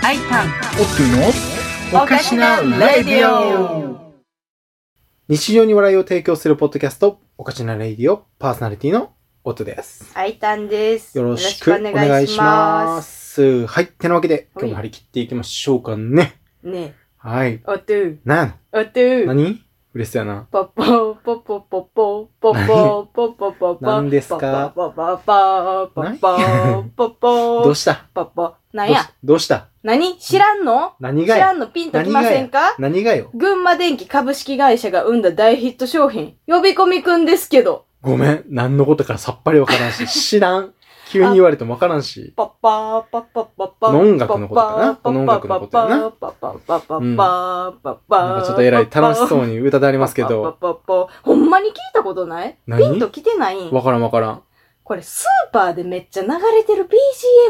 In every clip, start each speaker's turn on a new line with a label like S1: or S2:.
S1: ハイタン
S2: おっというのおかしなレディオ日常に笑いを提供するポッドキャスト、おかしなレディオパーソナリティのおっとです。
S1: ハイタンです
S2: よろしくお願いします。はい。てなわけで、今日も張り切っていきましょうかね。
S1: ね
S2: はい。
S1: えおとう
S2: なん
S1: おとう
S2: 何嬉しそうやな。
S1: ポッポーポッポポッポーポッポーポッポポッポ
S2: 何ですか
S1: ポッポポッポーポッポポッポ
S2: どう
S1: し
S2: した
S1: ポッポなん
S2: どうし
S1: や
S2: どうした
S1: 何知らんの
S2: 何
S1: 知
S2: が
S1: ら
S2: や
S1: んのピンときませんか
S2: 何がよ
S1: 群馬電機株式会社が生んだ大ヒット商品、呼び込みくんですけど、
S2: ごめん。何のことかさっぱりわからん し、知らん。急に言われてもわからんし。
S1: パッパーパッパッパッパー。
S2: の音楽のことかな
S1: パッパー
S2: この音楽のことやな
S1: パッパーパッパーパッパー
S2: うん
S1: パッパー
S2: なんかちょっとえらい楽し
S1: う
S2: そうに歌であり
S1: り
S2: ますけど、。
S1: パッパーパッパーほんまに聞いたことないピ
S2: 何
S1: ンと来てないん
S2: わからんわからん。あ
S1: これスーパーでめっちゃ流れてる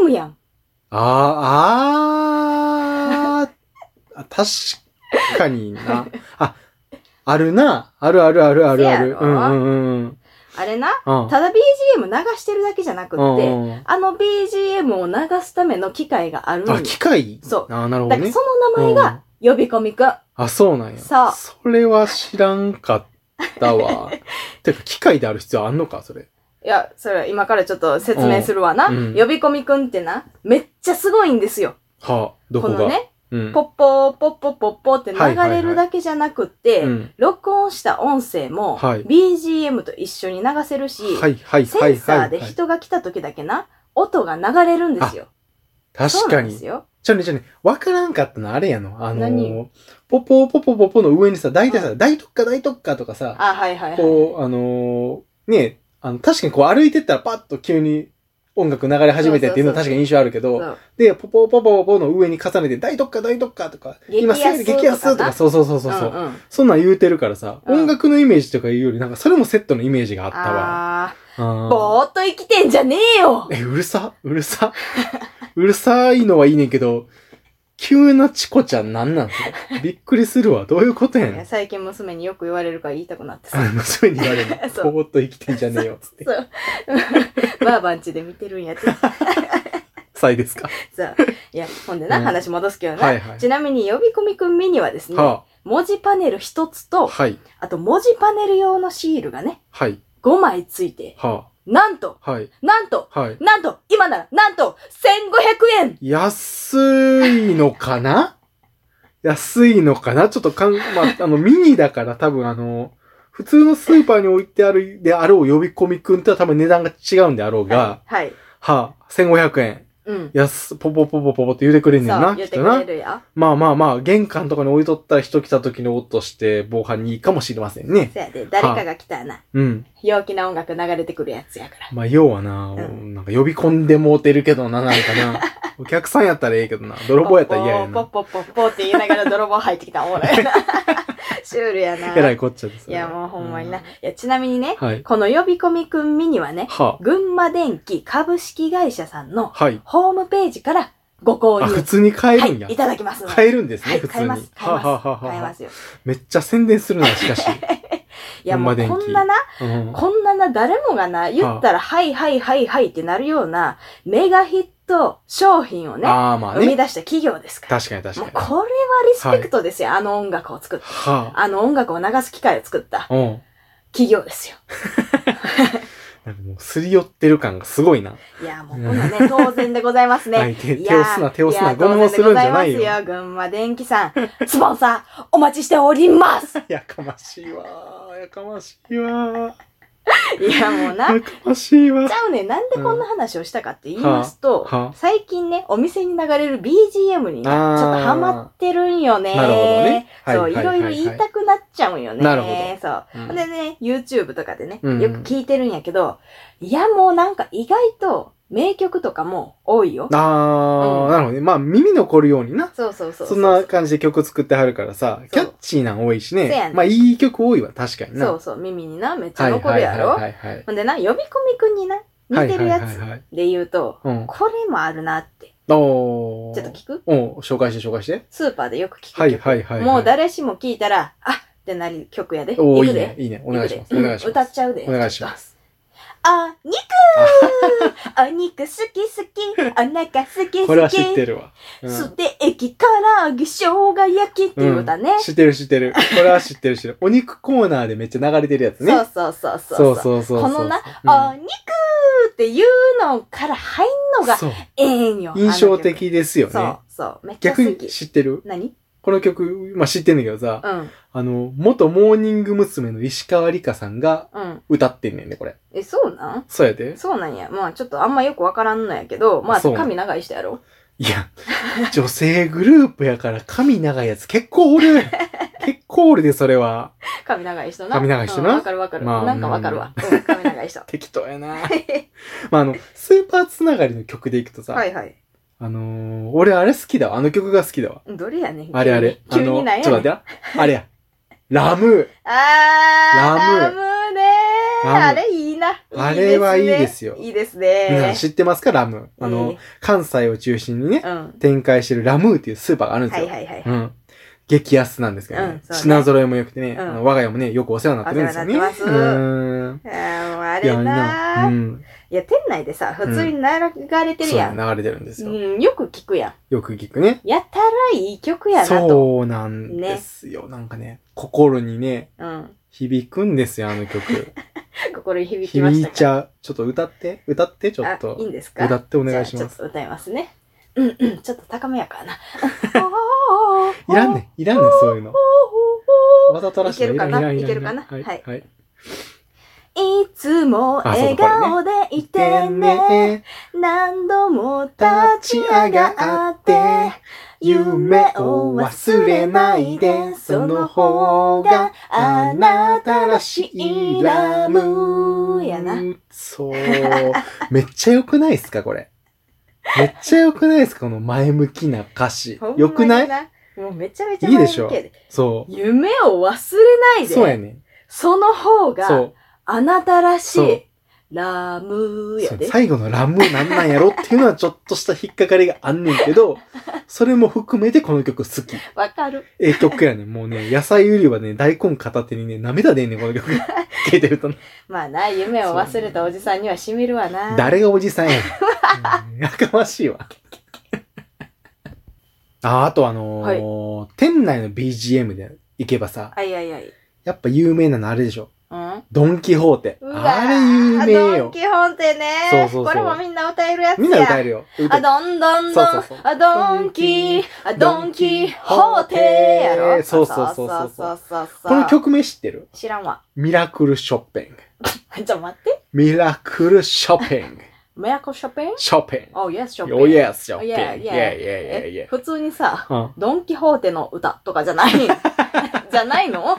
S1: BGM やん。
S2: あ、あー、あ確かにな。あ、あるな。あるあるあるあるある。
S1: せ
S2: う
S1: や
S2: ん
S1: ろ
S2: うんうん。
S1: あれな、
S2: うん
S1: ただ BGM 流してるだけじゃなく
S2: うん
S1: って、
S2: うんうん
S1: あの BGM を流すための機械があるんよ
S2: あ、機械
S1: そう
S2: あーなるほど
S1: だから
S2: ね
S1: そ。の名前が呼び込みくん。
S2: あ、そうなんや。
S1: そう
S2: れは知らんかっ たわ。てか、機械である必要あんのか、それ。
S1: いや、それは今からちょっと説明するわな。
S2: うんうん
S1: 呼び込みくんってな、めっちゃすごいんですよ。
S2: はあ、どこ
S1: こ
S2: が。
S1: のね、
S2: うん。
S1: ポッポーポッポポッポーって流
S2: はいはいはい
S1: れるだけじゃなくって、
S2: うん
S1: 録音した音声も、
S2: はい
S1: BGM と一緒に流せるし、
S2: はいはい
S1: セ
S2: は
S1: ン
S2: い
S1: サ
S2: は
S1: ー
S2: い
S1: で
S2: はい。
S1: 人が来た時だけな、音が流れるんですよ。
S2: 確
S1: そう
S2: か
S1: なんで
S2: に
S1: す。よ。
S2: ちょねちょね、わからんかったのあれやの。あのー
S1: 何、
S2: ポポポポポポの上にさ、大体さ、大特価大特価とかさ、
S1: あ、はいはいはい。
S2: こう、あのー、ね、あの、確かにこう歩いてったらパッと急に音楽流れ始めてっていうのは
S1: そうそうそう
S2: 確かに印象あるけ
S1: そ
S2: ど、
S1: う
S2: で、ポポポポポの上に重ねて、大特価大特価とか、
S1: 激
S2: 今
S1: 安とかな
S2: セール激安とか、そうそうそうそうそう。
S1: うんうん
S2: そんなん言うてるからさ、
S1: うん
S2: 音楽のイメージとかいうより、なんかそれもセットのイメージがあったわ。
S1: あー、
S2: あ
S1: ぼーっと生きてんじゃねえよ
S2: ーえ、うるさうるさ うるさいのはいいねんけど、急なチコちゃんなんなんそれびっくりするわ。どういうことや
S1: い
S2: ね
S1: や
S2: ん。
S1: 最近娘によく言われるから言いたくなってさ。
S2: あ娘に言われる
S1: そう。
S2: ぼーっと生きてんじゃねえよ。つって。
S1: そう。 バーバンチで見てるんやって
S2: さいですか
S1: さ。いや、ほんでな、
S2: うん
S1: 話戻すけどな。
S2: はいはい
S1: ちなみに、呼び込みくんミニはですね、
S2: は
S1: 文字パネル一つ
S2: あ、
S1: と、
S2: はい、
S1: あと文字パネル用のシールがね、
S2: はい、
S1: 5枚ついて、
S2: は
S1: なんと、
S2: あ、はい、
S1: なんと、
S2: はい。
S1: なんと、今なら、なんと、1500円
S2: 安いのかな安いのかなちょっとかん、まあ、あの、ミニだから多分あの、普通のスーパーに置いてあるであろう呼び込みくんとは多分値段が違うんであろうが、
S1: はい。
S2: はあ、1500円。
S1: うん。
S2: 安、ポポポポポポって言うてくれんねん
S1: そう、
S2: な、
S1: 言
S2: き
S1: っ
S2: ってと
S1: くれ
S2: な。
S1: るや。
S2: まあまあまあ、玄関とかに置いとったら人来た時に落として防犯にいいかもしれませんね。
S1: そやで、誰かが来たらな、
S2: うん。
S1: 陽気な音楽流れてくるやつやから。
S2: まあ、要はな、
S1: うん
S2: なんか呼び込んでもうてるけどな、なんか な。お客さんやったらええけどな。泥棒やったら嫌や
S1: ポッポッ
S2: な。
S1: ポッポッポって言いながら泥棒入ってきたらおもろいな。シュールやな。
S2: えらいこっちゃです。
S1: いや、もうほんまにな。
S2: う
S1: いや、ちなみにね、
S2: はい
S1: この呼び込みくんミニはね、
S2: は
S1: 群馬電機株式会社さんの
S2: あ、はい。
S1: ホームページからご購
S2: あ、
S1: 入。
S2: 普通に買えるんや
S1: はい、い。ただきますので。
S2: 買えるんです
S1: は
S2: ね、
S1: い、
S2: 普通
S1: 買
S2: に。
S1: え
S2: は
S1: ます。買えます。
S2: あはあ
S1: 買え
S2: は
S1: ま
S2: あ
S1: すよ。
S2: めっちゃ宣伝するな、しかし。
S1: いや、もう
S2: 群馬
S1: こ
S2: 電機
S1: んなな、
S2: うん
S1: こんなな、誰もがな、言ったら、はいはいはいはいってなるような、メガヒット商品をね、
S2: ああ、まあ
S1: 生み
S2: ね。
S1: 出した企業ですから。
S2: 確かに確
S1: もう
S2: かに。
S1: これはリスペクトですよ、あの音楽を作った。
S2: は
S1: あの音楽を流す機会を作った
S2: あ。うん。
S1: 企業ですよ。
S2: なんかもう、すり寄ってる感がすごいな。
S1: いや、もうこんなね、当然でございますね。
S2: はい手
S1: いや
S2: 手をすな手をすない
S1: や
S2: ごまをするんじゃない
S1: 当然で
S2: よ
S1: ござます群馬電機さん、スポンサー、お待ちしており ます。
S2: やかましいわー。やかましいわ
S1: いや、もうな
S2: ー。。やかましいわ
S1: ちゃうねんなんでこんな話をしたかって言いますと、
S2: はあはあ
S1: 最近ね、お店に流れる BGM にねちょっと
S2: あー
S1: ハマってるんよね。
S2: なるほどねはい
S1: そう、い
S2: はい
S1: ろ
S2: はい
S1: い
S2: は
S1: ろ
S2: い
S1: 言いたくなっちゃうんよね。
S2: なるほど
S1: そうう。
S2: ん
S1: ほんでね、YouTube とかでね、
S2: うん
S1: よく聞いてるんやけど、いや、もうなんか意外と名曲とかも多いよ。
S2: ー。
S1: う
S2: あー、
S1: ん
S2: なるほどね。まあ、耳残るようにな。
S1: そうそうそうう。
S2: そんな感じで曲作ってはるからさ、キ
S1: そ
S2: ャ
S1: う
S2: ッチーなん多いしね。
S1: そうやね
S2: まあ、いい曲多いわ、確かにな。
S1: そうそう、耳にな、めっち
S2: は
S1: ゃ
S2: い
S1: 残
S2: は
S1: る
S2: い
S1: や
S2: はい
S1: ろ。
S2: はいはい。
S1: ほんでな、呼び込みくんにな、似てるや
S2: はいはい
S1: つ
S2: はいはい
S1: で言うと、
S2: うん。
S1: これもあるなって。
S2: おー。
S1: ちょっと聞く
S2: お紹介して紹介して。
S1: スーパーでよく聞く曲。
S2: はいはいはいはい。
S1: もう誰しも聞いたら、あってなる曲やで。
S2: おー、
S1: い
S2: い
S1: く
S2: いね
S1: で。。
S2: いいね。お
S1: お
S2: 願いします。お願いします。
S1: 歌っちゃうで。
S2: お願いします。
S1: あお肉お肉好き好きお腹好 き
S2: これ
S1: 好
S2: は知って
S1: き
S2: るわ。うん
S1: ステーキから揚げ生姜焼きっていう歌ね
S2: うん。知ってる知ってる。これは知ってる知ってる。 お肉コーナーでめっちゃ流れてるやつね。
S1: そうそうそうそう。
S2: そうそうそうそう。
S1: このな、
S2: うん
S1: お肉っていうのから入んのが
S2: そう。
S1: ええんよ。
S2: 印象的ですよ
S1: あの
S2: ね。
S1: 曲そうそう。めっちゃ
S2: 逆
S1: 好
S2: に
S1: き。
S2: 知ってる
S1: 何
S2: この曲、まあ、知ってんだけどさ、
S1: うん。
S2: あの、元モーニング娘。の石川里香さんが
S1: うん。
S2: 歌ってんねんね、これ。
S1: え、そうなん
S2: そうやで。
S1: そうなんや。まあちょっとあんまよくわからんのやけど、まあ
S2: そう
S1: 髪長い人やろ。
S2: い や、女性グループやから髪長いやつ結構おる。 結構おるで、それは。
S1: 髪長い人な。
S2: 髪長い人な
S1: うんわかるわかる。
S2: まあ
S1: なんかわかるわ。うん、髪長 い人。
S2: 適当やな。まあ、あの、スーパーつながりの曲でいくとさ、
S1: はいはい。
S2: あのー俺あれ好きだわ。あの曲が好きだわ。
S1: どれやねん。
S2: あれあれ。
S1: 急に急
S2: あ
S1: に
S2: の、
S1: なん
S2: ち
S1: や
S2: ょ
S1: ね
S2: っと待
S1: ん
S2: って。な。あれや。ラムー。
S1: あー、
S2: ラ
S1: ラ
S2: ム
S1: ムねー。
S2: ラム
S1: あれいいな。
S2: あれはいい
S1: ね
S2: ですよ
S1: いいです
S2: 皆さん
S1: ね。
S2: 知ってますかラムー。あの、
S1: いい、
S2: 関西を中心にね、
S1: うん。
S2: 展開してるラムーっていうスーパーがあるんで
S1: は
S2: すよ。
S1: いはいはい。
S2: うん。激安なんですけどね。
S1: うんそうね
S2: 品揃えも良くてね、
S1: うん
S2: あの我が家もね、よくお世話になってるんですよね。
S1: お世話になってます
S2: うん。
S1: あーもうあ
S2: いや
S1: れな
S2: う
S1: ー。
S2: ん。
S1: いや、店内でさ、普通に流れてる
S2: そう
S1: やん。
S2: 流れてるんですよ。
S1: うん、よく聞くやん。
S2: よく聞くね。
S1: やたらいい曲やなと。
S2: そうなんですよ。なんかね、心にね、
S1: うん。
S2: 響くんですよ、あの曲。
S1: 心に響きま
S2: 響
S1: し
S2: い
S1: た
S2: ち
S1: か
S2: ゃう。ちょっと歌って、歌って、ちょっ
S1: あ、いいん
S2: と。
S1: ですか
S2: 歌ってお願いしま
S1: じゃあ
S2: す。
S1: ちょっと歌いますね。うんうん、ちょっと高めやからな。
S2: いらんねん、いらんねん、そういうの。わざとらしい
S1: い
S2: の
S1: けるかない
S2: らんいら
S1: い
S2: ん
S1: けるかな
S2: はい。
S1: はい
S2: はい。
S1: いつも笑顔でいてね。何度も立ち上がって。夢を忘れないで、その方があなたらしいラムやな。。
S2: そう。めっちゃ良くないですか、これ。めっちゃ良くないですか、この前向きな歌詞
S1: ほんま。に
S2: 良くない
S1: もうめちゃめちゃ
S2: いいでしょ
S1: 前向きや
S2: そ
S1: 夢を忘れな
S2: う。
S1: いで。
S2: そうやねん。
S1: その方
S2: そ
S1: が
S2: う。
S1: あなたらし
S2: そう
S1: いラム
S2: そ
S1: や
S2: う
S1: で。
S2: 最後のラムなんなんやろっていうのはちょっとした引っかかりがあんねんけど、それも含めてこの曲好き。
S1: わかる。
S2: ええ曲やねん。もうね、野菜売り場でね、大根片手にね、涙出んねん、こ の曲。聴いてるとね。
S1: まあな、夢を忘れたおじさんには染みるわな。
S2: 誰がおじさんやね ん。うんやかましいわ。あ、あとあのー店内の BGM で行けばさ、
S1: あいあいあい。
S2: やっぱ有名なのあれでしょ。
S1: うん
S2: ドンキホーテ。
S1: うわ
S2: あれ有名
S1: ドン
S2: よ。
S1: キホーテね。
S2: そうそうそう
S1: これもみんな歌えるやつや。
S2: みんな歌えるよ。歌
S1: あ、
S2: える
S1: どんどんどん。
S2: そうそうそう
S1: あ、ドンキあ、ドンキホーテやろ。
S2: そうそうそうそう
S1: そうそうそう。
S2: この曲名知ってる
S1: 知らんわ。
S2: ミラクルショッピング。
S1: ちょっと待って。
S2: ミラクルショッピング。
S1: メアコショペン
S2: ショッピング。
S1: お、イエスショペン。
S2: おいえショッピ
S1: Oh,
S2: ング。い
S1: yeah,
S2: や
S1: yeah.
S2: いやいやいや
S1: え、普通にさ、
S2: うん
S1: ドンキホーテの歌とかじゃ ないじゃないの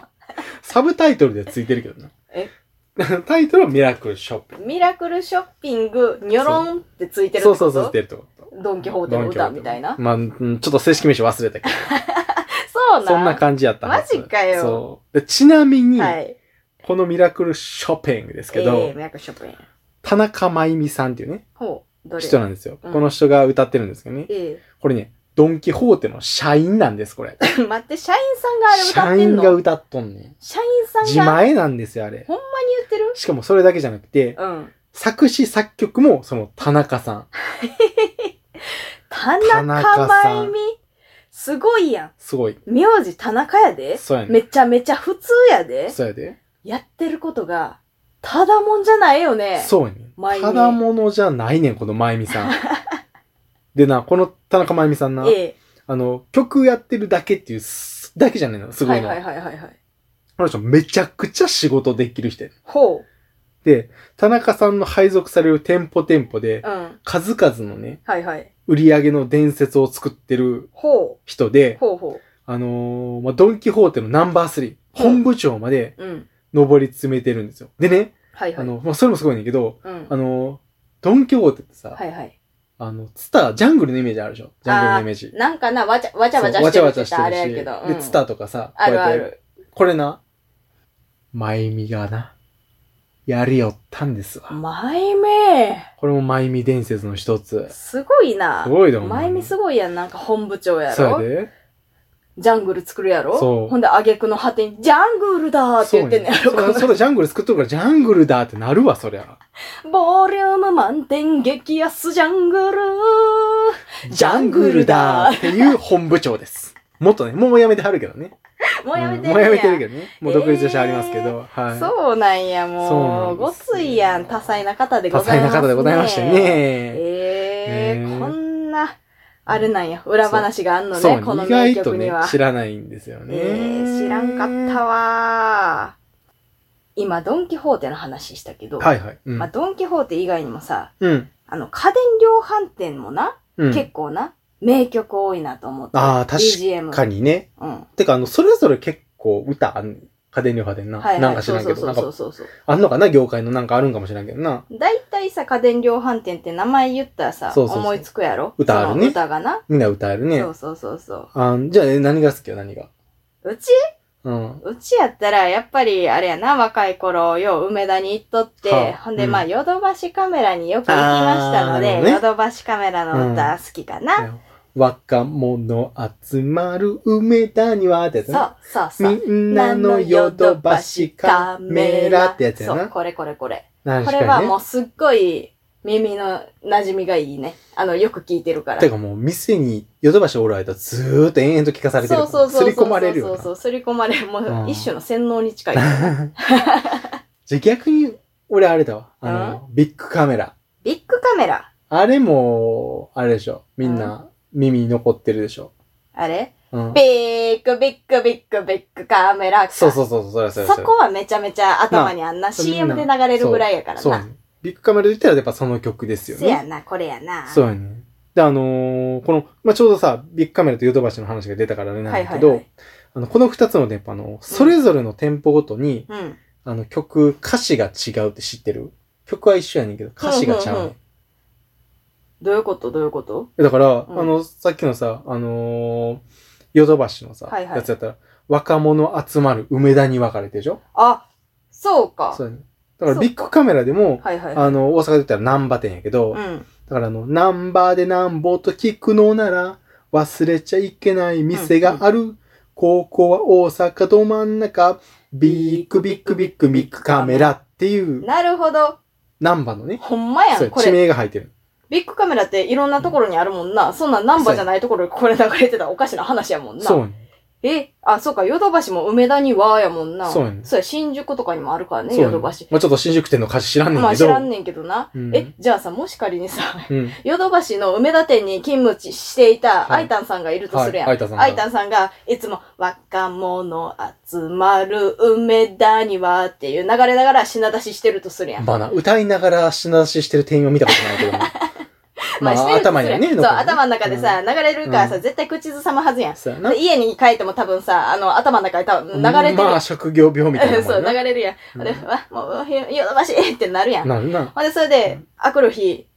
S2: サブタイトルでついてるけどな。
S1: え
S2: タイトルはミラクルショッピング。
S1: ミラクルショッピング、ニョロンってついてるって
S2: そ
S1: こと
S2: うそうそう、ついてるってこと。
S1: ドンキホーテの歌みたいな。
S2: まあ、うんちょっと正式名称忘れたけ
S1: そう
S2: ど、そんな感じやったはず
S1: マジかよ
S2: そう。でちなみに、
S1: はい。
S2: このミラクルショッピングですけ
S1: え
S2: ど
S1: ー、ミラクルショッピング。
S2: 田中真由美さんっていうね、
S1: ほう、どれ
S2: 人なんですよ。
S1: うん
S2: この人が歌ってるんですけどね。
S1: え
S2: これね、ドンキホーテの社員なんです、こ れ。
S1: え待って、社員さんがあれ歌
S2: 社
S1: ってん
S2: 員が
S1: の
S2: 歌っとんねん。
S1: 社員さんが
S2: 自前なんですよ、あれ。
S1: ほんまに言ってる
S2: しかもそれだけじゃなくて、
S1: うん。
S2: 作詞作曲もその田中さん。
S1: 田
S2: 中さん
S1: 中真由美。すごいや
S2: すごい。
S1: ん。名字田中やで。
S2: そうやね
S1: めちゃめちゃ普通やで。
S2: そうやで。
S1: やってることが、ただもんじゃないよね。
S2: そうやね
S1: 真由
S2: ん。
S1: 美
S2: ただものじゃないねん、このまゆ みさん。でな、この田中まゆみさんな、
S1: ええ。
S2: あの、曲やってるだけっていうす、だけじゃないの、すご
S1: はいい
S2: の。
S1: はいはいはいはい。
S2: この人めちゃくちゃ仕事できる人やねん
S1: ほう。
S2: で、田中さんの配属される店舗店舗で、
S1: うん。
S2: 数々のね、
S1: はいはい。
S2: 売り上げの伝説を作ってる
S1: ほ
S2: 人
S1: う。
S2: で、
S1: ほうほ
S2: あのーまあ、ドンキホーテのナンバー3、本部長まで
S1: う。うん。
S2: 上り詰めてるんですよ。でね、
S1: はいは
S2: あ
S1: い。
S2: の、まあ、それもすごいねんだけど、
S1: うん
S2: あ。の、ドンキホーテってさ、
S1: はいはい。
S2: あの、ツタ、ジャングルのイメージあるでしょジャングルのイメージ。
S1: なんかな、わちゃわちゃわちゃ
S2: そ
S1: してるっ
S2: う
S1: て言
S2: わ
S1: っ
S2: ち
S1: たらあ
S2: ゃ
S1: れや
S2: して
S1: け
S2: る
S1: ど。
S2: し
S1: うん
S2: で、ツタとかさ、
S1: あるあ
S2: や
S1: る。
S2: これな、まゆみがな、やりよったんですわ。
S1: 前目。
S2: これもまゆみ伝説の一つ。
S1: すごいな。
S2: すごいだもん。
S1: 前見すごいやん。なんか本部長やろ。
S2: そうやで。
S1: ジャングル作るやろ
S2: そう
S1: ほんで、挙句の果てに、ジャングルだーって言ってんねやろ、
S2: そうや
S1: こ
S2: ね
S1: の
S2: そらそらジャングル作っとるからジャングルだってなるわ、そりゃ。
S1: ボリューム満点激安ジャングルジャングルだ
S2: っていう本部長です。もっとね、もうやめてはるけどね。
S1: もうやめてる、
S2: うんもうやめてるけどね。もう独立としてありますけど。はい。
S1: そうなんや、
S2: そうな
S1: もう。
S2: ん
S1: ご
S2: です
S1: ついやん。多彩な方でご
S2: 多
S1: ざい
S2: 彩
S1: ま
S2: な
S1: す、ね。
S2: 方でございましてね。
S1: えー
S2: ね
S1: こんな、あれなんや。裏話があんの
S2: そう、
S1: ね、この
S2: 意
S1: 名
S2: 外と
S1: 曲に
S2: ね
S1: は。、
S2: 知らないんですよね。
S1: えー知らんかったわー今、ドンキホーテの話したけど、
S2: はいはい。うん。
S1: まあ、ドンキホーテ以外にもさ、
S2: うん。
S1: あの、家電量販店もな、
S2: うん。
S1: 結構な、名曲多いなと思って。
S2: ああ、確
S1: BGM。
S2: かにね。
S1: うん。
S2: てか、あの、それぞれ結構歌あんねん家電量販店な。
S1: はいはい。
S2: なんか知らんけど。
S1: そ
S2: な
S1: うんそう
S2: か、
S1: そうそう。
S2: あんのかな業界のなんかあるんかもしれんけどな。
S1: 大体さ、家電量販店って名前言ったらさ、
S2: そうそうそう
S1: 思いつくやろ
S2: 歌あるね
S1: その歌がな。
S2: みんな歌えるね
S1: そ。うそうそうそ
S2: あじゃあ、え何が好きよ、何が。
S1: う。うち
S2: うん。
S1: うちやったら、やっぱり、あれやな、若い頃、よう梅田に行っとって、
S2: はあ
S1: ほんで、
S2: うん
S1: まあ、ヨドバシカメラによく行きましたの
S2: あーなる
S1: で、
S2: ほどね
S1: ヨドバシカメラの歌好きかな。
S2: 若者集まる梅田にはってやつ
S1: そ
S2: な
S1: うそうそう。
S2: みんなのヨドバシカメラってやつや
S1: そう、
S2: な。
S1: これこれこれ。
S2: 確
S1: こ
S2: か
S1: れ
S2: にね
S1: はもうすっごい耳の馴染みがいいね。あの、よく聞いてるから。
S2: てかもう店にヨドバシおる間ずーっと延々と聞かされてる。
S1: そうそうそうそう。
S2: 刷り込まれるよ
S1: そう
S2: な。
S1: そうそう、すり込まれる。も
S2: う
S1: うん一種の洗脳に近い。ビ
S2: じゃあ逆に、俺あれだわ。あの、ビッグカメラ。
S1: ッグカメラ。
S2: あれも、あれでしょ。みんな耳に残ってるでしょ。
S1: あれ
S2: うん
S1: ビ。ッグビッグビッグビッグカメラか。
S2: そうそうそう、それはそれ
S1: そ
S2: はそれ。
S1: こはめちゃめちゃ頭にあんな CM で流れるぐらいやから
S2: そう
S1: な。
S2: ね。ビッグカメラで言ったらやっぱその曲ですよ
S1: せや
S2: ね。
S1: な、これやな。
S2: そうやね。で、あのーこの、まあ、ちょうどさ、ビッグカメラとヨドバシの話が出たからあれなん
S1: はい
S2: だ
S1: は
S2: け
S1: い
S2: ど、
S1: はい。
S2: あの、この二つの店舗、あの、それぞれの店舗ごとに、
S1: うん。
S2: あの、曲、歌詞が違うって知ってる曲は一緒やねんけど、歌詞が違うねん
S1: うんうんうんどういうことどういうこと
S2: だから、
S1: うん
S2: あの、さっきのさ、あのーヨドバシのさ、
S1: はいはい
S2: やつやったら、若者集まる梅田に分かれてるでしょ
S1: あ、そうか。
S2: そうやねんだから、ビッグカメラでも、
S1: はいはいはい。
S2: あの、大阪で言ったら難波店やけ
S1: う
S2: ど、
S1: ん。
S2: だからあの、ナンバーでなんぼと聞くのなら、忘れちゃいけない店がある。高校は大阪ど真ん中、ビッグビッグビッグビッグカメラっていう、
S1: なるほど。
S2: ナンバーのね、
S1: ほんまや、
S2: そうん
S1: こ
S2: 地
S1: れ。
S2: 名が入ってる。
S1: ビッグカメラっていろんなところにあるもんな。そんなナンバじゃないところにこれ流れてたらおかしな話やもんな。
S2: そうね。
S1: え、あ、そうか、ヨドバシも梅田にはやもんな。
S2: そうやね
S1: そうや、新宿とかにもあるからね、
S2: そう
S1: ヨ
S2: ね
S1: ド
S2: ま
S1: バ
S2: あ
S1: シ
S2: ち。ょっと新宿店の歌詞知らんねん
S1: まあ
S2: け
S1: 知
S2: ど。
S1: らんねんけどな。
S2: うん
S1: え、じゃあさ、もし仮にさ、
S2: うん。
S1: ヨドバシの梅田店に勤務地していた
S2: は
S1: ア
S2: い
S1: イタンさんがいると
S2: は
S1: する
S2: い。
S1: やん。
S2: アイタさんが。
S1: アイタンさんが、いつも、若者集まる梅田にはっていう流れながら品出ししてるとするやん。
S2: まあな、歌いながら品出ししてる店員は見たことない けども。ま
S1: して
S2: あ、
S1: るとする
S2: 頭にはね、
S1: そう、
S2: 残るね
S1: 頭の中で、さ、流れるからさ、
S2: う
S1: 絶対口ずさまはずやん
S2: うん。そうやな
S1: で。家に帰っても多分さ、あの、頭の中で多分流れてるやん
S2: まあ、職業病みたいなもん
S1: そ
S2: な。
S1: う、流れるやん。
S2: うん
S1: で、わ、もう、よヨドバシってなるやん。
S2: なるな。
S1: ほんで、それで、あくる日、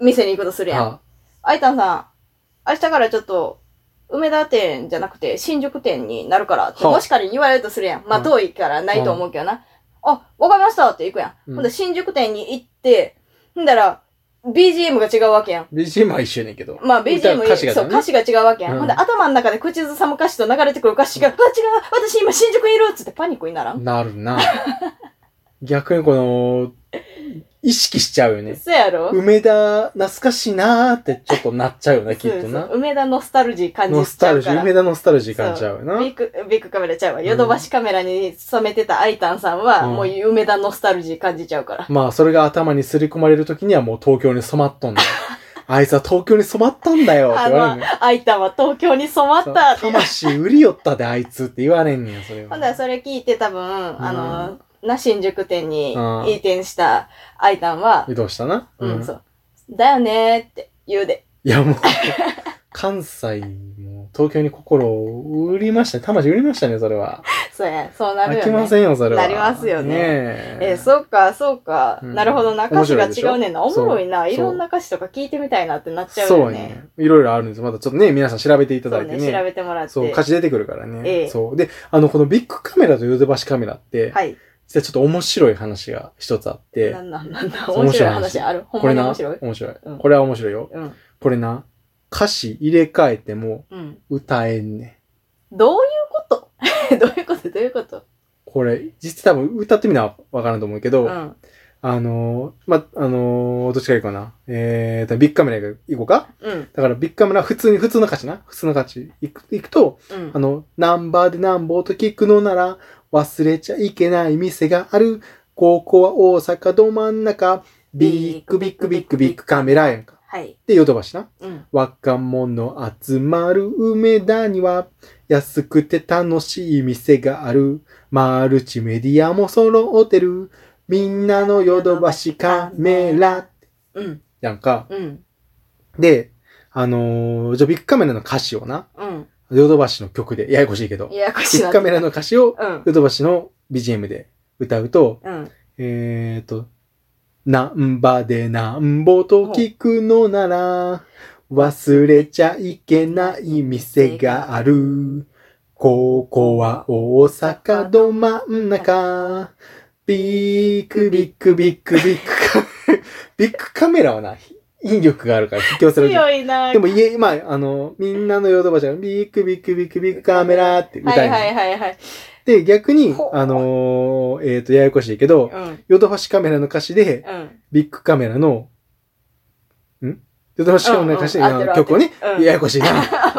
S1: 店に行くとするやん。
S2: あ
S1: あいたんさん、明日からちょっと、梅田店じゃなくて、新宿店になるからって、
S2: はあ
S1: もし仮に言われるとするやん。まあ、
S2: うん
S1: 遠いからないと思うけどな。あ、わかりましたって行くやん。
S2: うん
S1: ほんで、新宿店に行って、んだら、BGM が違うわけやん。
S2: BGM は一緒やねんけど。
S1: まあ、BGM
S2: 歌詞がね
S1: そう、歌詞が違うわけやん。
S2: うん
S1: ほんで、頭の中で口ずさむ歌詞と流れてくる歌詞が、あ、違う私今新宿にいるっつってパニックにならん
S2: なるな。逆にこの、意識しちゃうよね。
S1: そうやろ
S2: 梅田、懐かしいなーってちょっとなっちゃうよな、きっと
S1: そう
S2: な
S1: そう。梅田ノスタルジー感
S2: ノ
S1: じ
S2: ス
S1: ちゃ
S2: タ
S1: う
S2: ルジ
S1: か
S2: ー、
S1: ら。
S2: 梅田ノスタルジー感じちゃうよな。
S1: ビッグ、ビッグカメラちゃうわ。
S2: ん
S1: ヨドバシカメラに染めてたアイタンさんは、
S2: うん
S1: もう梅田ノスタルジー感じちゃうから。
S2: まあ、それが頭にすり込まれるときにはもう東京に染まっと んだよ。あいつは東京に染まったんだよって
S1: あ
S2: 言われんねん。
S1: の、アイタンは東京に染まったって。
S2: 魂売りよったで、あいつって言われんねん、それは。
S1: ほんだらそれ聞いて多分、あの、な、新宿店に
S2: うん
S1: 移転したアイタンは、
S2: 移動したな。
S1: うん、そう。だよねーって言うで。
S2: いや、もう、関西も東京に心を売りましたね。魂売りましたね、それは。
S1: そうや、そうなるよ、
S2: 飽
S1: ね。
S2: きませんよ、それは。
S1: なりますよね
S2: え
S1: えーそうか、そうか。
S2: うん
S1: なるほどな。歌
S2: 面
S1: 詞
S2: 白
S1: が
S2: いでしょ
S1: 違うねんな。おもろいな。
S2: そう
S1: いろんな歌詞とか聞いてみたいなってなっちゃう
S2: そ
S1: よ
S2: う
S1: ね。
S2: やね。いろいろあるんです。またちょっとね、皆さん調べてい
S1: そ
S2: ただ
S1: う
S2: いて
S1: ね。
S2: ね。
S1: 調べてもらって。
S2: そう、歌詞出てくるからね。
S1: ええ
S2: そう。で、あの、このビッグカメラとヨドバシカメラって、
S1: はい。
S2: 実はちょっと面白い話が一つあって、
S1: なんなんなんだ。
S2: そう
S1: 面白い
S2: 面白
S1: 話
S2: い話
S1: ある。ほん
S2: こ
S1: ま
S2: れ
S1: に
S2: な、
S1: 面白い。うん
S2: これは面白いよ。
S1: うん。
S2: これな、歌詞入れ替えても
S1: うん。
S2: 歌えんね
S1: どういうこと どういうことどういうこと
S2: これ、実際多分歌ってみなわからんと思うけど、
S1: うん。
S2: あのー、ま、あのー、どっちがいいかな。えーと、ビッグカメラ行こうか。
S1: うん。
S2: だからビッグカメラ普通に、普通の歌詞な。普通の歌詞行く行くと、
S1: うん
S2: あ。の、ナンバーで何本と聞くのなら、忘れちゃいけない店がある。ここは大阪ど真ん中。ビッグビッグビッグビッグカメラやんか。
S1: はい。
S2: で、ヨドバシな。
S1: うん。
S2: 若者集まる梅田には安くて楽しい店がある。マルチメディアも揃ってる。みんなのヨドバシカメラ。
S1: うん。
S2: やんか。
S1: うん。
S2: で、あのー、じゃあビッグカメラの歌詞をな、
S1: うん。
S2: ヨドバシの曲で、ややこしいけど、ビ
S1: ややこしい
S2: ッ
S1: な
S2: グカメラの歌詞を
S1: うん。
S2: ヨドバシの BGM で歌うと、
S1: うん。
S2: えーと、ナンバでなんぼと聞くのなら、忘れちゃいけない店がある。ここは大阪ど真ん中。ビッグビッグビッグビッグカビッグカメラはな、引力があるから、引き寄せられる。
S1: 強いな
S2: でも、いえ、まあ、あの、みんなのヨドバシは、ビッグビッグビッグビッグカメラって歌
S1: はいい
S2: な
S1: はいはいはい。
S2: で、逆に
S1: ほ、う
S2: あのー、えっ、と、ややこしいけど、
S1: うん。
S2: ヨドバシカメラの歌詞で、
S1: うん。
S2: ビッグカメラの、んヨドバシカメラの歌詞で、
S1: うんうん合ってる
S2: あの曲をね、
S1: 合ってる
S2: ややこしいな。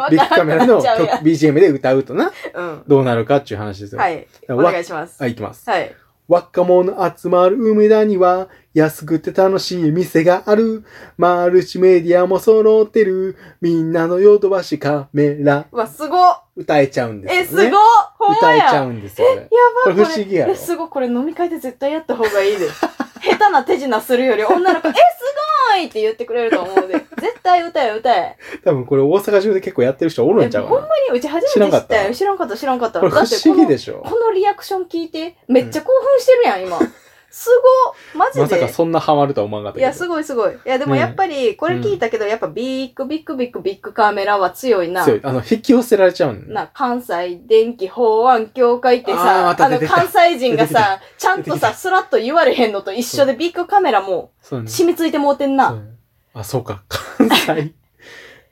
S1: あ
S2: ビッグカメラの
S1: わかん
S2: 曲
S1: なくなっちゃ
S2: BGM で歌うとな、
S1: うやん
S2: どうなるかっていう話です
S1: うん。
S2: よ。。
S1: はいい。
S2: ら
S1: お
S2: わ
S1: 願いします。
S2: はい、いきます。
S1: はい。
S2: 若者集まる梅田には、安くて楽しい店がある。マルチメディアも揃ってる。みんなのヨドバシカメラ。
S1: うわ、すごっ
S2: 歌えちゃうんですよ、ね。
S1: え、すごっほんま
S2: 歌え
S1: や
S2: ちゃうんですよ、これ。
S1: やばい
S2: これ不思議やろ
S1: えすごいこれ飲み会で絶対やった方がいいで 下手な手品するより女の子「えすごい!」って言ってくれると思うで絶対歌え歌え
S2: 多分これ大阪中で結構やってる人おるんちゃうか
S1: ほんま
S2: な。
S1: にうち初めて知ったよ知らんかった知らんかった
S2: これ
S1: だって
S2: 不
S1: こ
S2: 思議
S1: の
S2: でしょ。
S1: このリアクション聞いてめっちゃ興奮してるやん今すごっマジで、
S2: まさかそんなハマるとは思わなかった
S1: い
S2: けど。
S1: やすごいすごいいやでもやっぱりこれ聞いたけど、やっぱビッグビッグビッグビッグカメラは強いな
S2: 強い。あの、引き寄せられちゃうんだ。
S1: な、関西電気法案協会って
S2: あー
S1: さ、
S2: ま
S1: あ
S2: た出
S1: の、
S2: てきた
S1: 関西人がさ、ちゃんと
S2: 出てき
S1: さ、スラッと言われへんのと一緒でビッグカメラも
S2: そうね。
S1: 染みついてもうてん
S2: そう
S1: な。
S2: ねあ、そうか。関 西。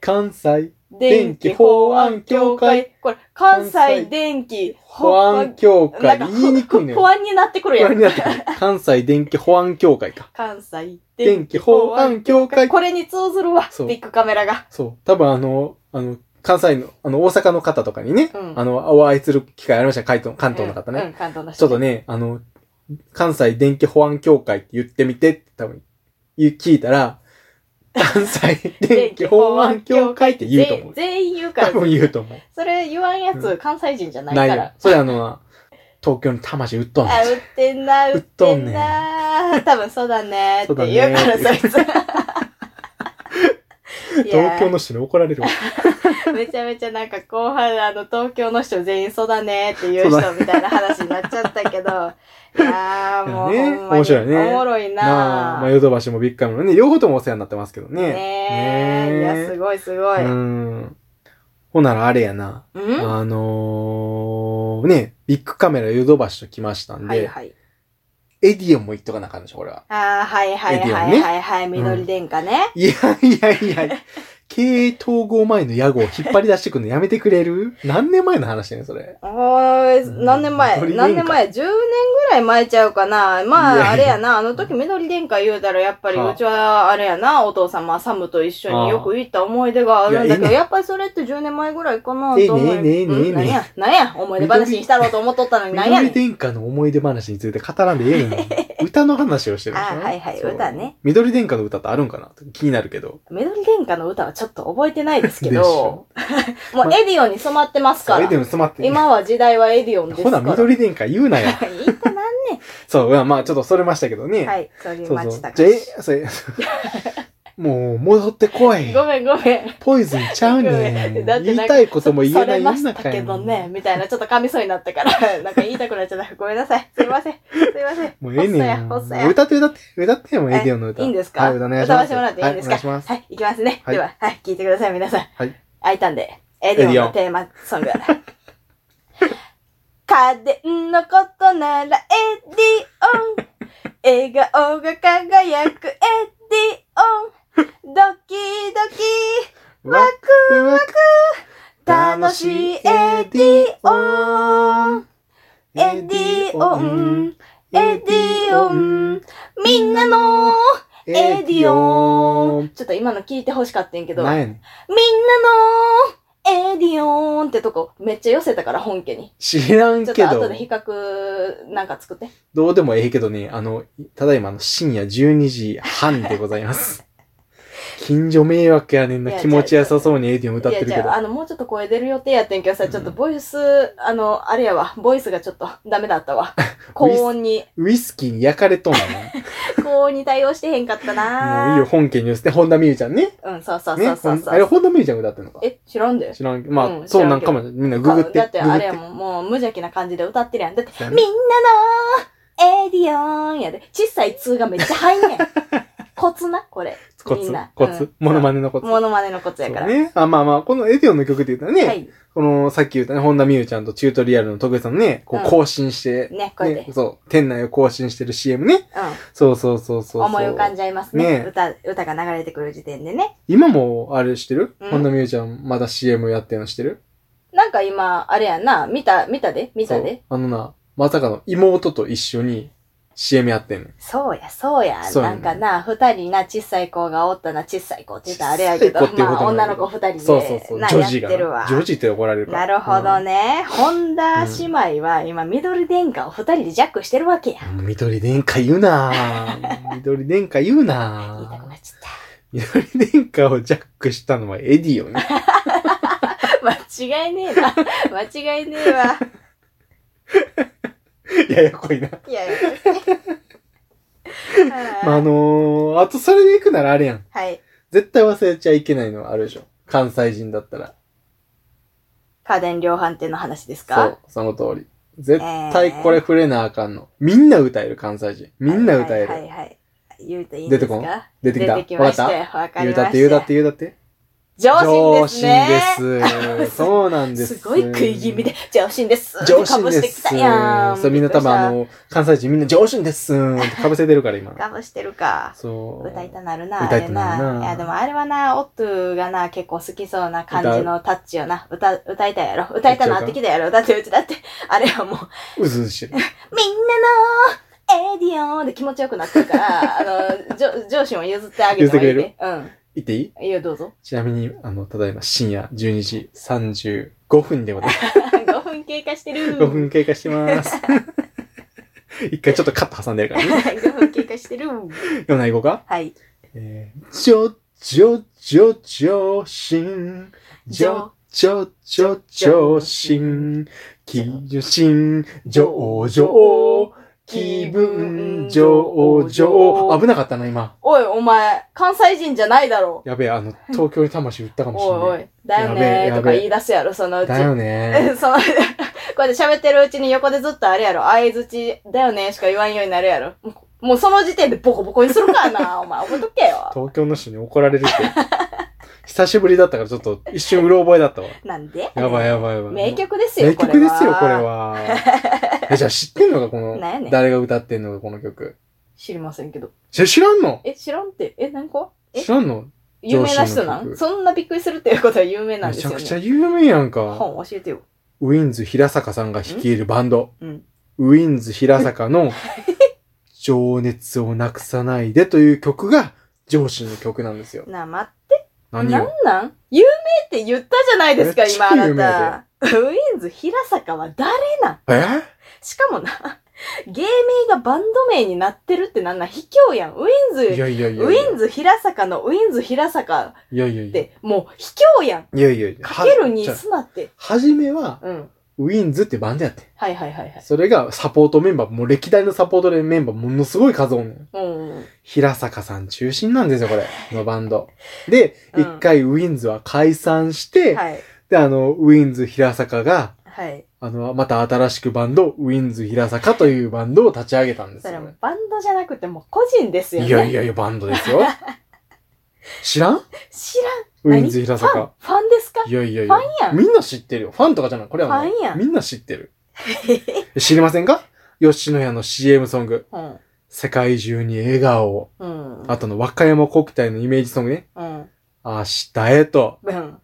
S2: 関西
S1: 電気法案協会。これ、関西電気
S2: 保安協
S1: な
S2: 会
S1: ん。か
S2: 言いにくいね。
S1: 不安になってくる
S2: 不
S1: や。
S2: 安になんってくる。関西電気保安協会か。
S1: 関西
S2: 電
S1: 電
S2: 気
S1: 気
S2: 保
S1: 法案
S2: 安協
S1: 協会。
S2: 会。
S1: これに通ずるわ、
S2: そう
S1: ビッグカメラが。
S2: そう。多分あの、あの、関西の、あの、大阪の方とかにね、
S1: うん
S2: あの、お会いする機会ありました。関東関東の方ね。
S1: うんうん、関東の人。
S2: ちょっとね、あの、関西電気保安協会って言ってみてって多分、言う聞いたら、関西電気保安協会って言うと思う。
S1: 全全員言うから
S2: 多。分言うと思う。
S1: それ言わんや
S2: う
S1: つ、関西人じゃない
S2: な
S1: か
S2: い
S1: ら
S2: よ。。それあの、東京の魂売っとんねん
S1: あ、売ってんな、売ってんな。 多分そうだね。って言うから、
S2: そうだ
S1: そいつ。いや
S2: 東京の人に怒られるわ。
S1: めちゃめちゃなんか後半あの東京の人全員そうだねって言う人みたいな話になっちゃったけど、 いやーもう
S2: いやね
S1: ほんまに
S2: 面白いね
S1: おもろい
S2: なあ、
S1: な
S2: まあ、ヨドバシもビッグカメラもね、両方ともお世話になってますけどね。
S1: ねえ、いやす
S2: ね
S1: ごいすごい。う
S2: う
S1: ん
S2: ん。ほならあれやな。あのー、ね、ビッグカメラヨドバシと来ましたんで、
S1: はいはい。
S2: エディオンも行っとかなあかんでしょ、これは。
S1: ああ、はいはいはい
S2: エディオンね
S1: はいはい、緑殿下ね。
S2: いやいやいや、経営統合前の屋号を引っ張り出してくるのやめてくれる何年前の話やねん、それ。
S1: おー、何年前
S2: 緑
S1: 何
S2: 殿下
S1: 年前 ?10 年ぐらい前ちゃうかな。
S2: いやい
S1: ま
S2: や
S1: あ、あれやな。あの時、緑殿下言うたら、やっぱり、
S2: はあ
S1: うちは、あれやな。お父様、サムと一緒によく行った思い出があるんだけ
S2: いやいい
S1: ど、
S2: ね
S1: やっぱりそれって10年前ぐらいかなと思う。
S2: ええねえねえね
S1: う
S2: えねえ
S1: んなんや、なんや、思い出話にしたろうと思っとったのに、なんやね
S2: 緑
S1: ん。
S2: 殿下の思い出話について語らんでえ えのに。歌の話をしてるでしょ
S1: あはいはい
S2: そう
S1: 歌ね。
S2: 緑殿下の歌ってあるんかな気になるけど。
S1: 緑殿下の歌はちょっと覚えてないですけ
S2: でし
S1: ど
S2: ょ、
S1: もうエディオンに染まってますか
S2: そう、エ
S1: ら
S2: ディ。オン詰まって
S1: 今は時代はエディオンです
S2: ほ
S1: か
S2: な、
S1: ら。
S2: 緑殿下言う なよ。
S1: いいかな
S2: そう、まあまあ、ちょっとそれましたけどね。
S1: はい、そり
S2: そう
S1: ま
S2: そう。
S1: し
S2: じゃ
S1: た
S2: あ、え、それ、もう戻ってこい。
S1: ごめんごめん。
S2: ポイズンちゃうねん。
S1: だって
S2: 言
S1: なんか
S2: いたいことも言えない
S1: そ
S2: 世
S1: れ
S2: の
S1: まし
S2: 中
S1: た
S2: や
S1: け
S2: の
S1: ど
S2: に
S1: ね、みたいな、ちょっと噛みそうになったから、 なんか言いたくなっちゃった。ごめんなさい。すいません。すいません。
S2: もうええねん。
S1: ほっそやほっそ
S2: もう
S1: や。
S2: 歌って歌って、歌ってもうエディオンの歌。
S1: いいんですか
S2: はい、歌お願いします。
S1: 歌わせてもらっていいんですか
S2: はい、お願いします。
S1: はい、いきますね。
S2: はい
S1: では、はい、聞いてください、皆さん。
S2: はい。
S1: 開いたんで、エディオンのテーマソング。家電のことならエディオン。笑顔が輝くエディオン。ドキドキ、ワクワク。
S2: ワクワク
S1: 楽しいエディオン。エディオン。エディオン。みんなのエディオン。ちょっと今の聞いて欲しかったんやけど、みん
S2: な
S1: なんの
S2: やねん
S1: エディオンってとこめっちゃ寄せたから本家に。
S2: 知らん
S1: ちょっ
S2: け
S1: と
S2: ど
S1: 後で、比較なんか作って。
S2: どうでもええけどね、あの、ただいまの深夜12時半でござ います。近所迷惑やねん
S1: い
S2: な、
S1: や
S2: 気持ちよさそうにエディオン歌ってる
S1: いや
S2: け
S1: じ
S2: ど
S1: ゃあ、。あの、もうちょっと声出る予定やってんけどさ、
S2: うん
S1: ちょっとボイス、あの、あれやわ、ボイスがちょっとダメだった わ。高音に、
S2: ウイスキーに焼かれとんのね。
S1: 高音に対応してへんかったな
S2: もういいよ、本家に寄せて、本田美優ちゃんね。
S1: うん、そうそう
S2: ね
S1: そうそう
S2: ほん
S1: そう。
S2: あれ、本田美優ちゃんが歌ってんのか。
S1: え、知らんで。
S2: 知らんけど、まあ、
S1: うん
S2: そうなんかも、みんなググって。
S1: だって
S2: ググ
S1: あ
S2: っ
S1: れや
S2: て
S1: もん、もう無邪気な感じで歌ってるやん。だって、
S2: そうや
S1: みん
S2: ね
S1: なのエディオンやで。小さい通がめっちゃ入ん ねん。コツな、これ。
S2: コ
S1: みん
S2: ツ
S1: な、
S2: コツ、モノマネのコツ。
S1: モノマネのコツやから。
S2: そうね。あ、まあまあ、このエディオンの曲って言ったらね、
S1: はい。
S2: この、さっき言ったね、本田美優ちゃんとチュートリアルの徳江さんのね、こ
S1: う
S2: うん更新して、
S1: ね、こうやって。
S2: そう、店内を更新してる CM ね。そうそうそう
S1: う
S2: そ
S1: ん。
S2: う。
S1: 思い浮かん
S2: じ。
S1: じゃいますね。
S2: ね
S1: 歌、歌が流れてくる時点でね。
S2: 今も、あれしてる、
S1: うん
S2: 本田美優ちゃん、まだ CM やってるのしてる
S1: なんか今、あれやんな、見た、見たで見たで
S2: そうあのな、まさかの妹と一緒に CM やってんねん。
S1: そうや、そうや。
S2: そうや
S1: な
S2: ね
S1: んかな、二人な、小さい子がおったな、小さい子って言ったらあれやけど、
S2: 小さい子っていう
S1: まあ、
S2: ことな
S1: 女
S2: んや
S1: の
S2: けど
S1: 子二人で、
S2: そうそうそう。
S1: な、
S2: ジ
S1: や
S2: ョ
S1: っ
S2: ジが
S1: てる
S2: な。
S1: わ
S2: ジ。ョジって怒られるから。
S1: なるほどね。本田姉妹は今、緑殿下を二人でジャックしてるわけや。
S2: うん。緑殿下言う なぁ緑殿下言う
S1: 言いたく
S2: なぁ
S1: なっちゃっ
S2: 緑殿下をジャックしたのはエディよね。
S1: た。間違いねえ な。間違いねえわ。
S2: ややこいな。
S1: い やいや。
S2: まあ、あのー、あとそれで行くならあれやん。
S1: はい。
S2: 絶対忘れちゃいけないのはあるでしょ。関西人だったら。
S1: 家電量販店の話です
S2: そ
S1: か
S2: う、その通り。絶対これ触れなあかんの。みんな歌える、関西人。みんな歌え
S1: はいはい
S2: る。
S1: はい。言うといいんです
S2: 出てこん
S1: か
S2: 出てきた。
S1: 出てき
S2: わか
S1: ま
S2: っ
S1: した
S2: た
S1: よ。わか
S2: 言
S1: り
S2: うた
S1: ましてた
S2: っ言う
S1: よ
S2: たって言うたって。
S1: 上心ですね。
S2: 上心 です。そうなんです。
S1: すごい食い気味で、上心です。
S2: 上心
S1: かぶし
S2: で
S1: てき
S2: す。
S1: たやん。
S2: そう、みんな多分あの、関西人みんな上心ですってかぶせてるから今
S1: びっくりした。。かぶしてるか。
S2: そう。
S1: 歌いたなるな、あ
S2: 歌い
S1: れ
S2: たな
S1: な。
S2: るない
S1: や、でもあれはな、オットゥがな、結構好きそうな感じのタッチよな。歌、歌いたいやろ。歌いたなってきたやろ。だってうちだって、あれはもう、
S2: うずうずしてる。
S1: みんなのエディオンで気持ちよくなってる から、あの、上上司も譲ってあげてもいい
S2: 譲っ
S1: で。うん。
S2: 言っていい
S1: いいよ、どう ぞ。
S2: ちなみに、あの、ただいま深夜12時35分でございます。
S1: 5分経過してる。
S2: 5 分経過してます。一回ちょっとカット挟んでるからね。
S1: 5分経過してる。
S2: 読んないこうか
S1: はい。
S2: えーちょ、ちょ、ちょ、ちょ、しん。ちょ、ちょ、ちょ、ちょ、しん。きじゅしん、じょうじょう。気分、じょうじょう。危なかったな、今。
S1: おい、お前、関西人じゃないだろ。
S2: やべえ、あの、東京に魂売ったかもしれ
S1: おいお
S2: ない。
S1: い、だよ
S2: やべえ
S1: ね
S2: やべ
S1: ー
S2: え
S1: とか言い出すやろ、そのうち。
S2: だよね。
S1: その、こうやって喋ってるうちに横でずっとあれやろ、相づちだよねーしか言わんようになるやろ。もうもうその時点でボコボコにするからな、お前、覚えとけ よ。
S2: 東京の人に怒られるって。久しぶりだったから、ちょっと一瞬うろ覚えだったわ。
S1: なんで
S2: やばいやばいやばい。
S1: 名曲ですよ、
S2: 名曲ですよ、これ
S1: は。
S2: は。え、じゃあ知ってんのか、こ
S1: なんやね
S2: の、
S1: ん
S2: 誰が歌ってんのか、この曲。
S1: 知りませんけど。
S2: じゃ知らんの
S1: え、知らんって、え、何個え
S2: 知、らんの
S1: 有名な人な
S2: 上司の
S1: ん
S2: 曲
S1: そんなびっくりするっていうことは有名なん
S2: め
S1: です
S2: ち
S1: よ
S2: ゃ
S1: ね。
S2: くちゃ有名やんか。
S1: 本教えてよ。
S2: ウィンズ平坂さんが率いるバンド。
S1: うん。
S2: ウィンズ平 坂の情熱をなくさないでという曲が上司の曲なんですよ。
S1: なあ、待って
S2: 何
S1: なん
S2: を
S1: なん有名って言ったじゃないですか、
S2: めっちゃ
S1: 今あ
S2: 有
S1: な
S2: 名や
S1: た。ウィンズ平坂は誰
S2: え
S1: しかもな、 芸名がバンド名になってるってなんなん卑怯やん。ウィン
S2: い
S1: ズ、
S2: やいやいや
S1: ウ
S2: いや。
S1: ィンズ平坂のウィンズ平坂
S2: いやいやい
S1: っ
S2: や。
S1: て、もう卑怯やん。
S2: いやいやいや。
S1: かけるに
S2: じゃあ
S1: すなって。
S2: はじめは、
S1: うん。
S2: ウィンズってバンドやってん。
S1: はいはいはいはい。
S2: それがサポートメンバー、もう歴代のサポートメンバーものすごい数おんねん。
S1: うん。
S2: 平坂さん中心なんですよ、これ。このバンド。で、
S1: うん
S2: 一回ウィンズは解散して、
S1: はい。
S2: で、あの、ウィンズ平坂が、
S1: はい。
S2: あの、また新しくバンド、ウィンズ平坂というバンドを立ち上げたんです
S1: それ
S2: よ、
S1: も
S2: ね。
S1: バンドじゃなくてもう個人です
S2: い
S1: よね。
S2: やいやいや、バン ドですよ。知らん
S1: 知らん。
S2: ウィンズ平
S1: ファン
S2: 坂。
S1: ファンですか
S2: いやいやい
S1: ファン
S2: や。
S1: やん。
S2: みんな知ってるよ。ファンとかじゃない。これはも
S1: ファンや
S2: う、
S1: ん
S2: みんな 知ってる。知りませんか吉野家の CM ソング。
S1: うん。
S2: 世界中に笑顔を。
S1: うん。
S2: あとの和歌山国体のイメージソングね。
S1: うん。
S2: 明日へと。
S1: うん。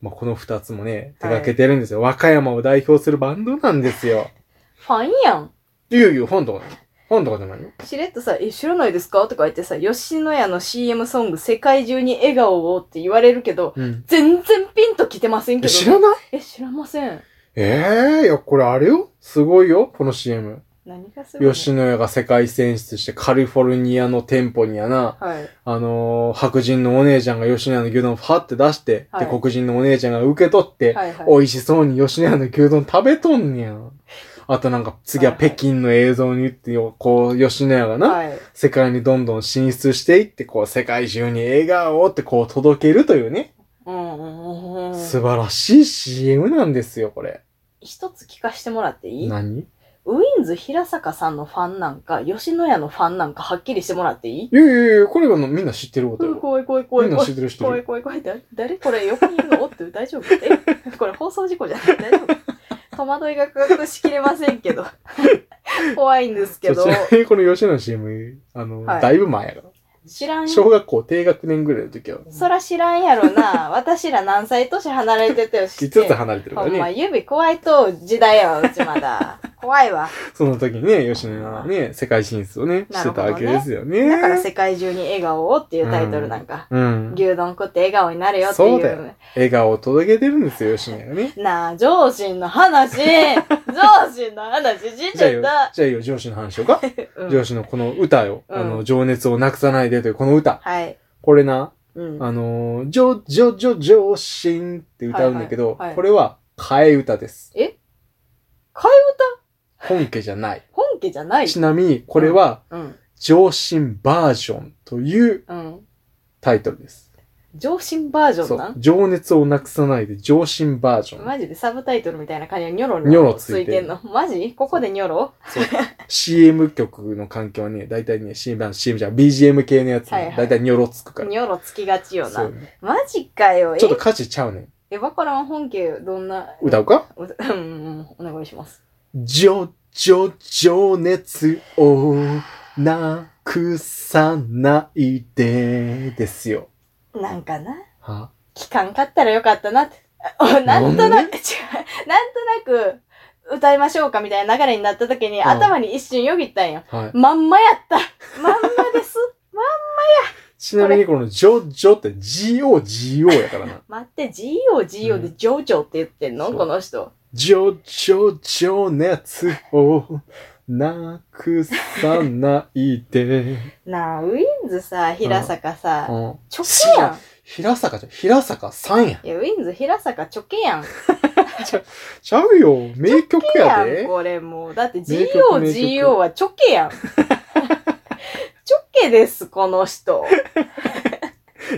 S2: まあ、この二つもね、手掛けてるんですよ、和歌山を代表するバンドなんですよ。
S1: ファンやん。
S2: いやいや、本とか、本とかじゃないよ。
S1: しれっとさ、え、知らないですかとか言ってさ、吉野家の CM ソング世界中に笑顔をって言われるけど、
S2: うん。
S1: 全然ピンと来てませんけど。
S2: え、知らない
S1: え、知らません。
S2: ええいや、これあれよすごいよこの CM。
S1: 何がすごいの
S2: 吉野家が世界選出してカリフォルニアの店舗にやな、
S1: はい。
S2: あのー白人のお姉ちゃんが吉野家の牛丼をファって出して、
S1: はい
S2: で、黒人のお姉ちゃんが受け取って、
S1: はいはい。
S2: 美味しそうに吉野家の牛丼食べとんねや。あとなんか次は
S1: はいはい
S2: 北京の映像にってよ、こう吉野家がな、
S1: はい。
S2: 世界にどんどん進出していって、こう世界中に笑顔をってこう届けるというね、
S1: うんうんうんうん。
S2: 素晴らしい CM なんですよ、これ。
S1: 一つ聞かしてもらっていい
S2: 何
S1: ウィンズ平坂さんのファンなんか、吉野家のファンなんかはっきりしてもらっていい
S2: いやいやいや、これはのみんな知ってること
S1: うん
S2: よ。
S1: 怖い怖い怖い
S2: みんな
S1: 怖
S2: 知っ
S1: い。
S2: てる知って
S1: 怖い
S2: る。
S1: 怖い怖い。だ誰これ横にいるのおって大丈夫えこれ放送事故じゃない大丈夫戸惑いが隠しきれません けど。怖いんですけど
S2: そう。ちなみにこの吉野の CM、あの、
S1: はい
S2: だいぶ前やか
S1: 知らん
S2: ら。小学校低学年ぐらいの時は、
S1: そら知らんやろ な。私ら何歳年離れてたよ。知
S2: 5
S1: ってん
S2: つ離れてるか
S1: ほ
S2: ら
S1: んま、
S2: ね。
S1: 指怖いと時代やわ、うちま だ。怖いわ。
S2: その時にね、吉野はね、世界進出をね、してたわけですよね。
S1: だから世界中に笑顔をっていうタイトルなんか。
S2: うん。
S1: 牛丼食って笑顔になるよってい
S2: そうだ
S1: う
S2: よ。笑顔を届けてるんですよ、吉野がね。
S1: なあ、上司の 話上司の話し
S2: じ
S1: ち
S2: ゃあ
S1: ゃ
S2: よ
S1: っ、た、
S2: じゃあよ、上司の話しようか。
S1: うん
S2: 上司のこの歌よ。
S1: うん
S2: あの、情熱をなくさないでという、この歌。
S1: はい。
S2: これな、
S1: うん。
S2: あのー、ジョジョジョジョシンって歌うんだ
S1: は
S2: け
S1: い
S2: ど
S1: はいはい、
S2: これは替え歌です。
S1: 替え
S2: 本家じゃない。
S1: 歌本家じゃない
S2: ちなみに、これは、
S1: うん。
S2: 上進バージョンという
S1: うん。
S2: タイトルです。
S1: 上心バージョ
S2: そ
S1: ンな
S2: う。
S1: ん
S2: 情熱をなくさないで、上進バージョン。
S1: マジでサブタイトルみたいな感じでニョロ
S2: ニョロついて
S1: て
S2: る
S1: んの。マジここでニョロ
S2: CM 曲の環境はね、大体ね、CM、あ CM じゃん BGM 系のやつ
S1: はいは
S2: ね
S1: い、
S2: 大体ニョロつくから。
S1: ニョロつきがちよ
S2: そ
S1: な
S2: う。ね
S1: マジかよ。
S2: ちょっと歌詞ちゃうねん。
S1: え、えわからん本家どんな。
S2: 歌うか
S1: ううんうんうん。お願いします。
S2: 情、情、情熱をなくさないでですよ。
S1: なんかな。
S2: は
S1: 期間買ったらよかったなって。あなんとな
S2: なん
S1: く、違う。 なんとなく、歌いましょうかみたいな流れになった時に、
S2: うん
S1: 頭に一瞬よぎったんよ。
S2: はい。
S1: まんまやった。まんま です。
S2: ちなみにこの情、情って GOGO やから な。
S1: 待って、GOGO
S2: う
S1: でジョジョって言ってんの、
S2: そう
S1: この人。
S2: 情、情、情熱をなくさないで。
S1: なあ、ウィンズさ、平坂さ、
S2: うん
S1: チョケやん。
S2: 平坂じゃん、平坂さんやん。
S1: いや、ウィンズ、平坂、チョケやん。
S2: ちゃうよ、名曲
S1: チョケ
S2: や
S1: やん、
S2: で。
S1: これもう。だって
S2: 名曲名曲
S1: GOGO はチョケ やん。チョケです、この人。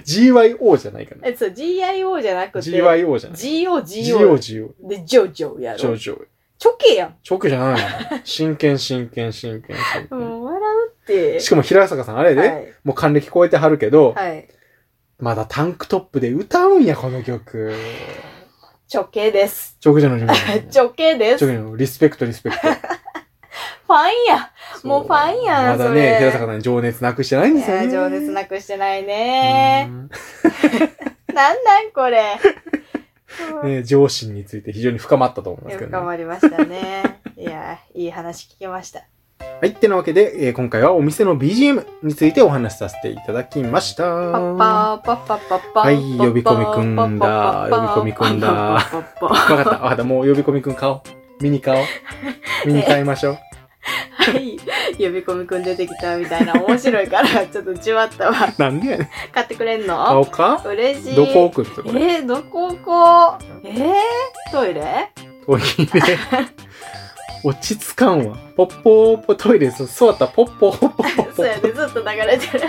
S2: GYO じゃないかな。
S1: え、そう、GIO じゃなくて、
S2: GYO じゃない。
S1: GOGO。
S2: GOGO。
S1: で、ジョジョや
S2: 情、
S1: ろ。
S2: 情。
S1: チョケやん。
S2: チョックじゃ ないの真剣、真剣、真剣、真剣。
S1: もう笑うって。
S2: しかも平坂さんあれで、
S1: はい。
S2: もう還暦超えてはるけど、
S1: はい。
S2: まだタンクトップで歌うんや、この曲。
S1: チョケです。
S2: チョークじゃない、 チョークじゃない
S1: チョケで
S2: チ
S1: す。
S2: ョ
S1: フ
S2: ークじゃないリスペクト、リスペクト。
S1: ァンや。
S2: そう
S1: もうファンやん
S2: まだ
S1: それ
S2: ね、平坂さんに情熱なくしてないん
S1: い
S2: ですよ
S1: や
S2: ね。
S1: ー情熱なくしてないね
S2: ね。
S1: なんなんこ れ。
S2: ね上司について非常に深まったと思いますけど
S1: 深
S2: ね。
S1: まりましたね。いやー、いい話聞きました。
S2: はい、ってなわけで、えー今回はお店の BGM についてお話しさせていただきました。
S1: パッパーパッパッパッパー。
S2: はい呼び込み君だ呼び込み君だ
S1: パッパーパッパーパッパー
S2: わかった、わかった、もう呼び込みくん買おう。ミ ニ買おう。ミニ買いましょう。
S1: はい。呼び込み君出てきたみたいな面白い から、ちょっとじわったわ。
S2: なんでやねん。
S1: 買ってくれんの
S2: 顔か
S1: 嬉しい。
S2: どこ置くってこれ。
S1: えー、どここえー、トイレ
S2: トイ レ。落ち着かんわ。ポッポーポトイレ、そ座ったらポッポーポッポーポッポ
S1: そうやね、ずっと流れてる。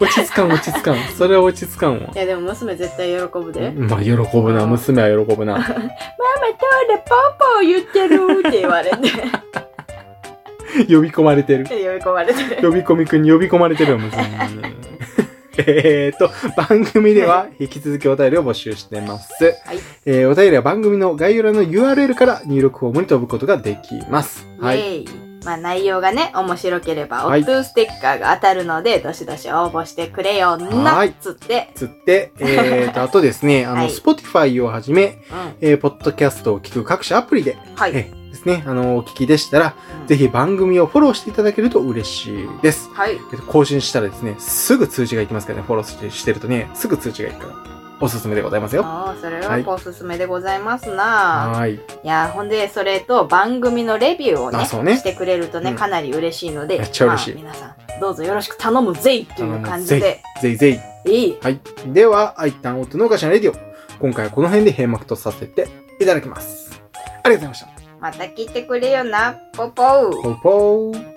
S2: 落ち着かん、落ち着かん。それは落ち着かんわ
S1: い。や、でも娘絶対喜ぶで。ママ
S2: まあ、喜ぶな。娘は喜 ぶな。
S1: トイレポンポン言ってるって言われて。
S2: 呼び込まれてる。
S1: 呼び込まれてる。
S2: 呼び込みくんに呼び込まれてるよ、娘に。 えーっと、番組では引き続きお便りを募集してます。
S1: はい。
S2: えーお便りは番組の概要欄の URL から入力フォームに飛ぶことができます。はい。
S1: イェイ。まあ内容がね、面白ければ、オ
S2: はい
S1: ットゥステッカーが当たるので、どしどし応募してくれよ
S2: は
S1: な、
S2: い
S1: つって。
S2: つって、え ーと、あとですね、あの、
S1: はい
S2: Spotify をはじめ、
S1: うん。
S2: えー、ポッドキャストを聞く各種アプリで、
S1: は
S2: え
S1: い。
S2: ーですね、あの、お聞きでしたら、ぜ
S1: ひ。
S2: ひ番組をフォローしていただけると嬉しいです。
S1: はい。
S2: えーと更新したらですね、すぐ通知がいきますからね、フォローしてしてるとね、すぐ通知がいくから、おすすめでございますよ。
S1: ああ、それ
S2: は
S1: はいおすすめでございますな。
S2: はーい。
S1: いやーほんでそれと番組のレビューをね
S2: あそうね
S1: してくれるとね
S2: うん
S1: かなり嬉しいので、
S2: めっちゃ嬉しい
S1: まあ皆さんどうぞよろしく頼むぜいっていう感じで
S2: ぜいぜい。
S1: いい
S2: はい。では、アイタンオートのおかしなレディオ。今回はこの辺で閉幕とさせていただきます。ありがとうございました。
S1: また聞いてくれよなポポー
S2: ポーポー。